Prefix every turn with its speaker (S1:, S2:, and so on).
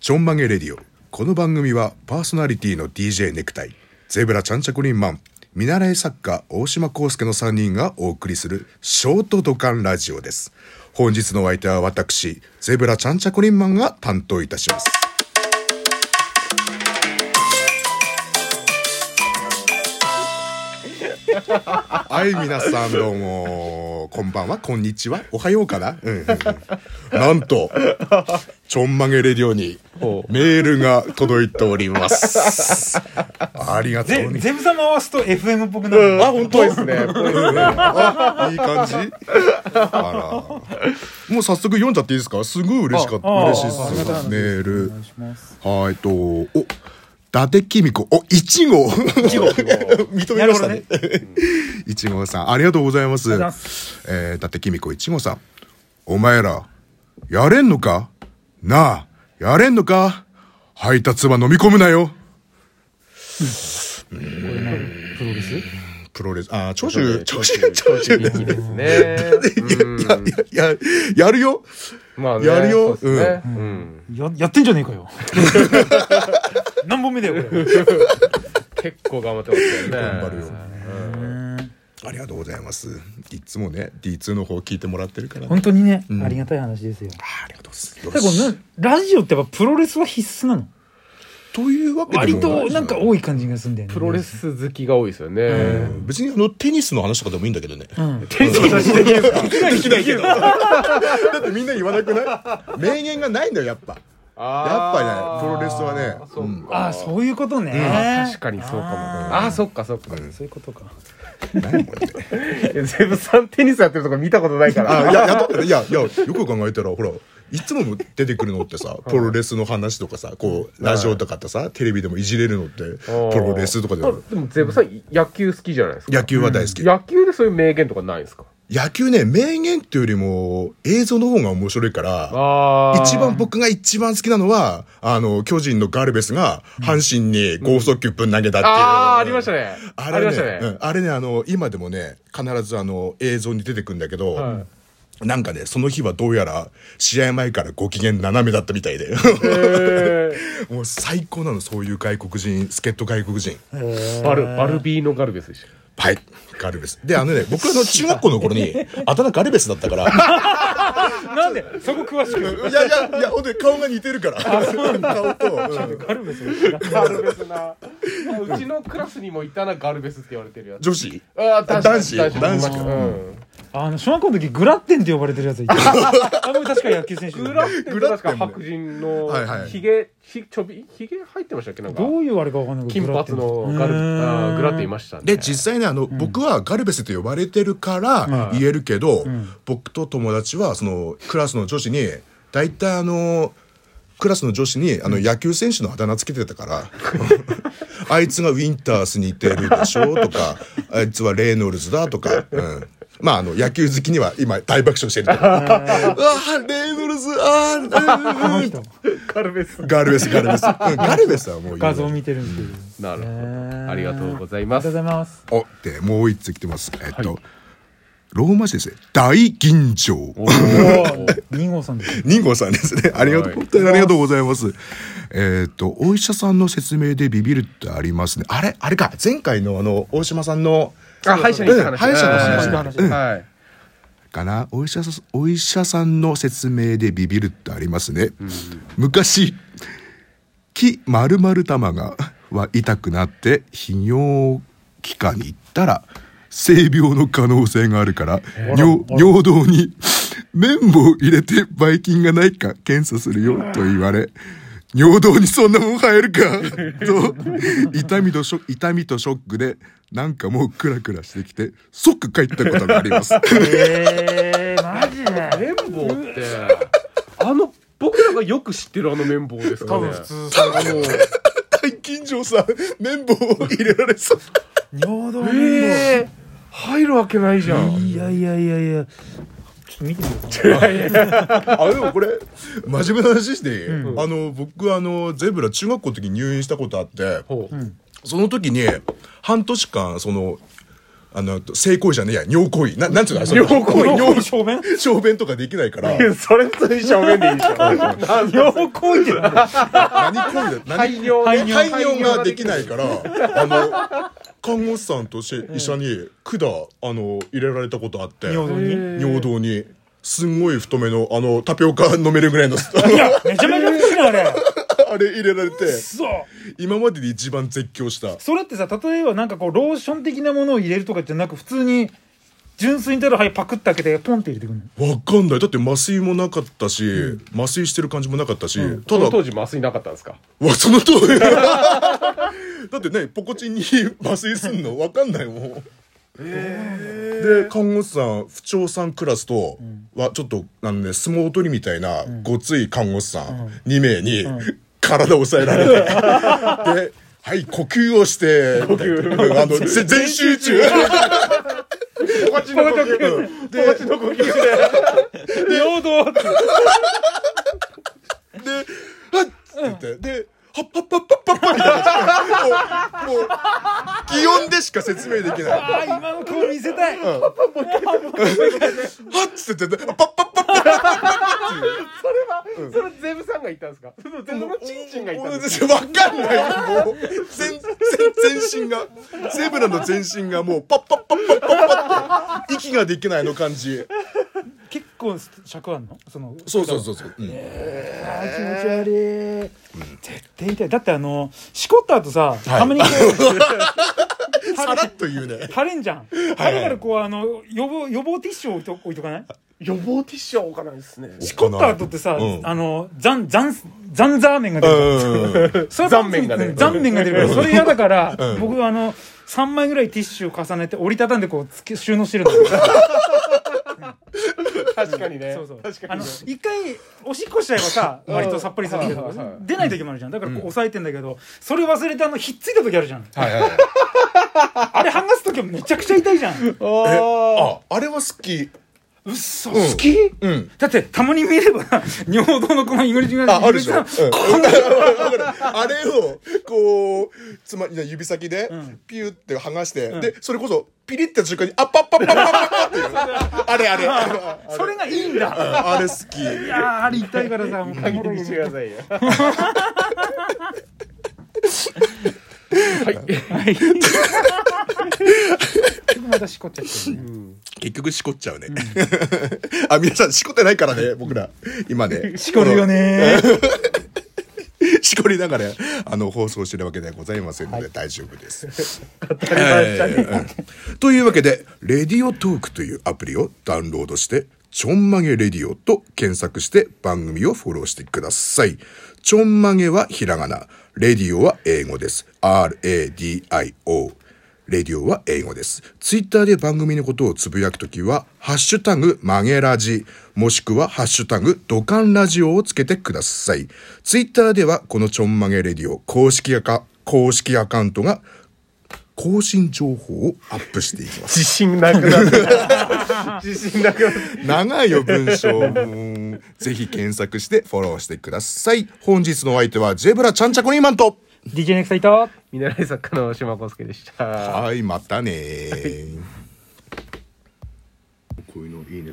S1: ちょんまげレディオこの番組はパーソナリティの DJ ネクタイゼブラちゃんちゃこりんマン見習い作家大島康介の3人がお送りするショート土管ラジオです本日のお相手は私ゼブラちゃんちゃこりんマンが担当いたしますはい皆さんどうもこんばんはこんにちはおはようかな、うんうんうん、なんとちょんまげレディオにメールが届いておりますありがと
S2: ぜ
S1: うね
S2: 全部さ回すと FM っぽくなる。
S3: あ、本当ですね。
S1: あいい感じあらもう早速読んじゃっていいですかすごい嬉しかった
S2: ああ
S1: 嬉しいっす
S2: ありがたい
S1: メール
S2: お願いします
S1: はいとお伊達公子おいちご 認めましたねいちごさんありがとうございます
S2: りがとうございま
S1: えー伊達公子いちごさんお前らやれんのかなあやれんのか配達は飲み込むなよ
S2: プロレス
S1: プロレスああ長州長州長州ね
S3: いいです ね。
S1: い ややるよ
S3: まあね。
S1: やるよ
S3: そうですねうん。
S2: や、やってんじゃねえかよ。 何本目だよ、これ。
S3: 結構頑張ってますよね。頑
S1: 張るよありがとうございます。いつもね、D2 の方聞いてもらってるから、ね。
S2: 本当にね、ありがたい話ですよ。
S1: あーありがとうございま
S2: ただこ
S1: す。よし
S2: の、ラジオってやっぱプロレスは必須なの
S1: というわけでも
S2: 割となんか
S1: い。
S2: 多い感じがするんだよね。
S3: プロレス好きが多いですよね。
S1: 別にあのテニスの話とかでもいいんだけどね。
S2: うん。
S3: テニスの話
S1: できないけど。だって みんな言わなくない名言がないんだよ、やっぱ。やっぱね、プロレスはね、うん
S2: ああ、そういうことね。
S3: 確かにそうかも。ああ、そっかそっか。
S2: そういうことか。
S1: ないもんね。
S3: ゼブさんテニスやってるとこ見たことないか
S1: あ、
S3: ら。
S1: いや、やっといや、いや、よく考えたら、ほら、いつも出てくるのってさ、プロレスの話とかさ、こう、ラジオとかってさ、テレビでもいじれるのって、プロレスとかでも。
S3: でもゼブさん野球好きじゃないですか。
S1: 野球は大好き。
S3: 野球でそういう名言とかないですか
S1: 野球ね、名言っていうよりも、映像の方が面白いから、
S3: あ
S1: 一番僕が一番好きなのは、あの、巨人のガルベスが、阪神に剛速球ぶん投げたっていう。
S3: ああ、ありましたね。
S1: あ
S3: あり
S1: れ
S3: ま
S1: ね
S3: したね。
S1: うんあれね、あの、今でもね、必ずあの、映像に出てくるんだけど、
S3: は
S1: なんかね、その日はどうやら、試合前からご機嫌斜めだったみたいで。
S3: え
S1: もう最高なの、そういう外国人、助っ人外国人。
S3: ーバル、バルビーノガルベスでした。
S1: はい。ガルベス。で、あのね、僕あ の、中学校の頃に、あだ名ガルベスだったから、
S2: なんで、そこ詳しく。
S1: いやいやいやほんで顔が似てるから顔と、うん
S2: ガルベス。
S3: ガルベスな。うちのクラスにもいたな、ガルベスって言われてるやつ。
S1: 女子
S3: ああ、
S1: 男子男子
S3: う
S1: か
S3: ん。
S2: あの、小学校の時、グラッテンって呼ばれてる やついた。あ、もう確か野球選手だね
S3: グラッテン
S1: グ
S3: グ
S1: ラッ
S3: ラ
S1: テンも
S3: 白人の
S1: はいはい
S3: ヒゲ、ひちょび、ヒゲ入ってましたっけなんか。
S2: どういうあれかわかんないけ
S3: 金
S2: ど、
S3: 髪のガル、あーグラッテンいましたね。
S1: で実際ねあの、僕はガルベスって呼ばれてるから言えるけど、僕と友達はそのクラスの女子に大体あのクラスの女子にあの野球選手のあだ名つけてたから 「あいつがウィンタースに似てるでしょ」とか「あいつはレイノルズだ」とか、うん、まああの野球好きには今大爆笑してるけど「うわレイノルズあ
S2: こ
S1: ー
S2: の
S1: うん
S2: 人、
S3: ガルベス。
S1: ガルベスガルベス」うんガルベスはもう有名
S2: 画像見てるんですけど。
S3: なるほ
S2: へー
S3: ど。ありがとうございま
S2: ありがとうご
S3: す
S2: ざ。います。
S1: おでもう一つ来てますえっと、ローマ字ですね大吟醸
S3: おー
S2: 二号さんです。
S1: 二号さんですねありがとう、
S3: はい
S1: 本当にありがとうございますえっとお医者さんの説明でビビるってありますねあれあれか前回のあの大島さんの
S3: あ、歯医者に行った話。
S1: うん歯医者の
S2: 話
S3: うん
S2: 歯医者の
S3: はい。
S1: かなお医者さんお医者さんの説明でビビるってありますね、昔木丸々玉がは痛くなって泌尿器科に行ったら性病の可能性があるから尿尿道に 綿棒を入れてばい菌がないか検査するよと言われ尿道にそんなもん入 るかと痛みとショ痛みとショックでなんかもうクラクラしてきて即帰ったことがあり ます。
S2: ええ、マジで。
S3: 綿棒って、あの、僕らがよく知ってるあの綿棒ですか
S2: 多
S3: ね
S2: 分。普通さ、
S3: あの
S1: 大金城さん綿棒を入れられそう
S2: 尿道
S3: ええ入るわけないじゃん。
S2: いやいやいやいや。ちょっと見てみようかな。
S1: あでもこれ真面目な話していい、あの僕あのゼブラ中学校の時に入院したことあって
S3: ほう。
S1: その時に半年間そのあの性行為じゃねえや尿行為ななんつうのあれそれ
S3: 尿行為
S2: 尿小便
S1: 小便とかできないから
S4: いやそれ普通に正面でいいでしょ
S2: 尿行為ってなんだ
S1: 何行為だ何
S3: 排尿
S1: 排尿ができないからあの看護師さんとし医者に管あの入れられたことあって
S2: 尿道に
S1: 尿道にすんごい太めのあのタピオカ飲めるぐらいの
S2: いやめちゃめちゃ太いなあれ
S1: あれ入れられて
S2: そう
S1: 今までで一番絶叫した
S2: それってさ例えばなんかこうローション的なものを入れるとかじゃなく普通に純粋にただはいパクッと開けてポンって入れてくるの
S1: わかんないだって麻酔もなかったし、麻酔してる感じもなかったし、た
S3: そ
S1: だ
S3: の当時麻酔なかったんですか
S1: わその通りだってねポコチンに麻酔すんのわかんないもんで看護師さん不調さんクラスとはちょっとあの、ね、相撲取りみたいなごつい看護師さん2名に体を押さえられてで「はい呼吸をして」呼吸あのぜ全集中
S3: ポカチンの呼吸ポカチンの呼吸で
S2: 尿道って
S1: で、あっつって言って、で、はっぱっぱっぱっぱっぱみたいな。もう、もう、擬音でしか説明できない。は
S2: あ今の顔見せたい
S1: っつって言って、パッパッパッパッ
S3: それゼブさんが言ったんですかそれともゼブのチンチンが言ったんですか
S1: わかんない。もう、全、全、全身が、ゼブラの全身がもう、パッパッパッパッパッパって、息ができないの感じ。
S2: 結構尺あんのその
S1: そうそうそうそう。うん
S2: あー気持ち悪い、絶対痛いだってあのしこった後さた まにこう
S1: さらっと言うね。
S2: 腫れんじゃん腫れからこうあの予防予防ティッシュを置いと置いとかない
S3: 予防ティッシュは置かないですね
S2: しこった後ってさ、
S1: うん
S2: あのザンザンザンザーメンが出る
S1: うん。
S2: それ
S3: 残念が出る
S2: 残念が出るからそれ嫌だ から、僕はあの3枚ぐらいティッシュを重ねて折りたたんでこうつけ収納してるん だよ
S3: 確かにね
S2: そうそう
S3: 確か
S2: あ
S3: に
S2: の
S3: ね
S2: 一回おしっこしちゃえばさ割とさっぱりするけ
S3: は
S2: ど
S3: いはいはい
S2: 出ない時もあるじゃんだからこう抑えてんだけどそれ忘れてあのひっついた時あるじゃん
S1: はいはいはい。
S2: あれ剥がす時もめちゃくちゃ痛いじゃん
S3: あ
S1: あ、あれは好き。
S2: うっそ好き、だってたまに見れば 尿道のこのイグリジが
S1: あ、あるでしょ。うん
S2: 指さ
S1: あれを、こう、つまり指先で、ピューって剥がして、で、それこそ、ピリって瞬間に、あっぱっぱっぱっぱっぱ っていう。あれあれ。あ
S2: それがいいんだ
S1: あれ好き。
S2: いやーあれ痛いからさもう
S3: 限りにしてくださいよ
S2: はい。結局またしこっちゃってるね。
S1: 結局、しこっちゃうね。 あ、皆さん、しこってないからね、僕ら。今 ね。
S2: しこるよねー。
S1: しこりながら、あの、放送してるわけではございませんので、大丈夫 です。えーうんというわけで、レディオトークというアプリをダウンロードして、ちょんまげレディオと検索して番組をフォローしてください。ちょんまげはひらがな、レディオは英語です。R-A-D-I-O。レディオは英語です。ツイッターで番組のことをつぶやくときは、ハッシュタグ、曲げラジ、もしくは、ハッシュタグ、ドカンラジオをつけてください。ツイッターでは、このちょんまげレディオ公式アカ、公式アカウントが、更新情報をアップしていきます。
S3: 自信なくなった自信なくな った
S1: 長いよ、文章。うんぜひ検索してフォローしてください。本日のお相手は、ジェブラちゃんちゃこにーマンと。
S2: DJ ネクサイト。
S3: 見習い作家の島康介でした
S1: はい、またねー。
S4: こういうのいいね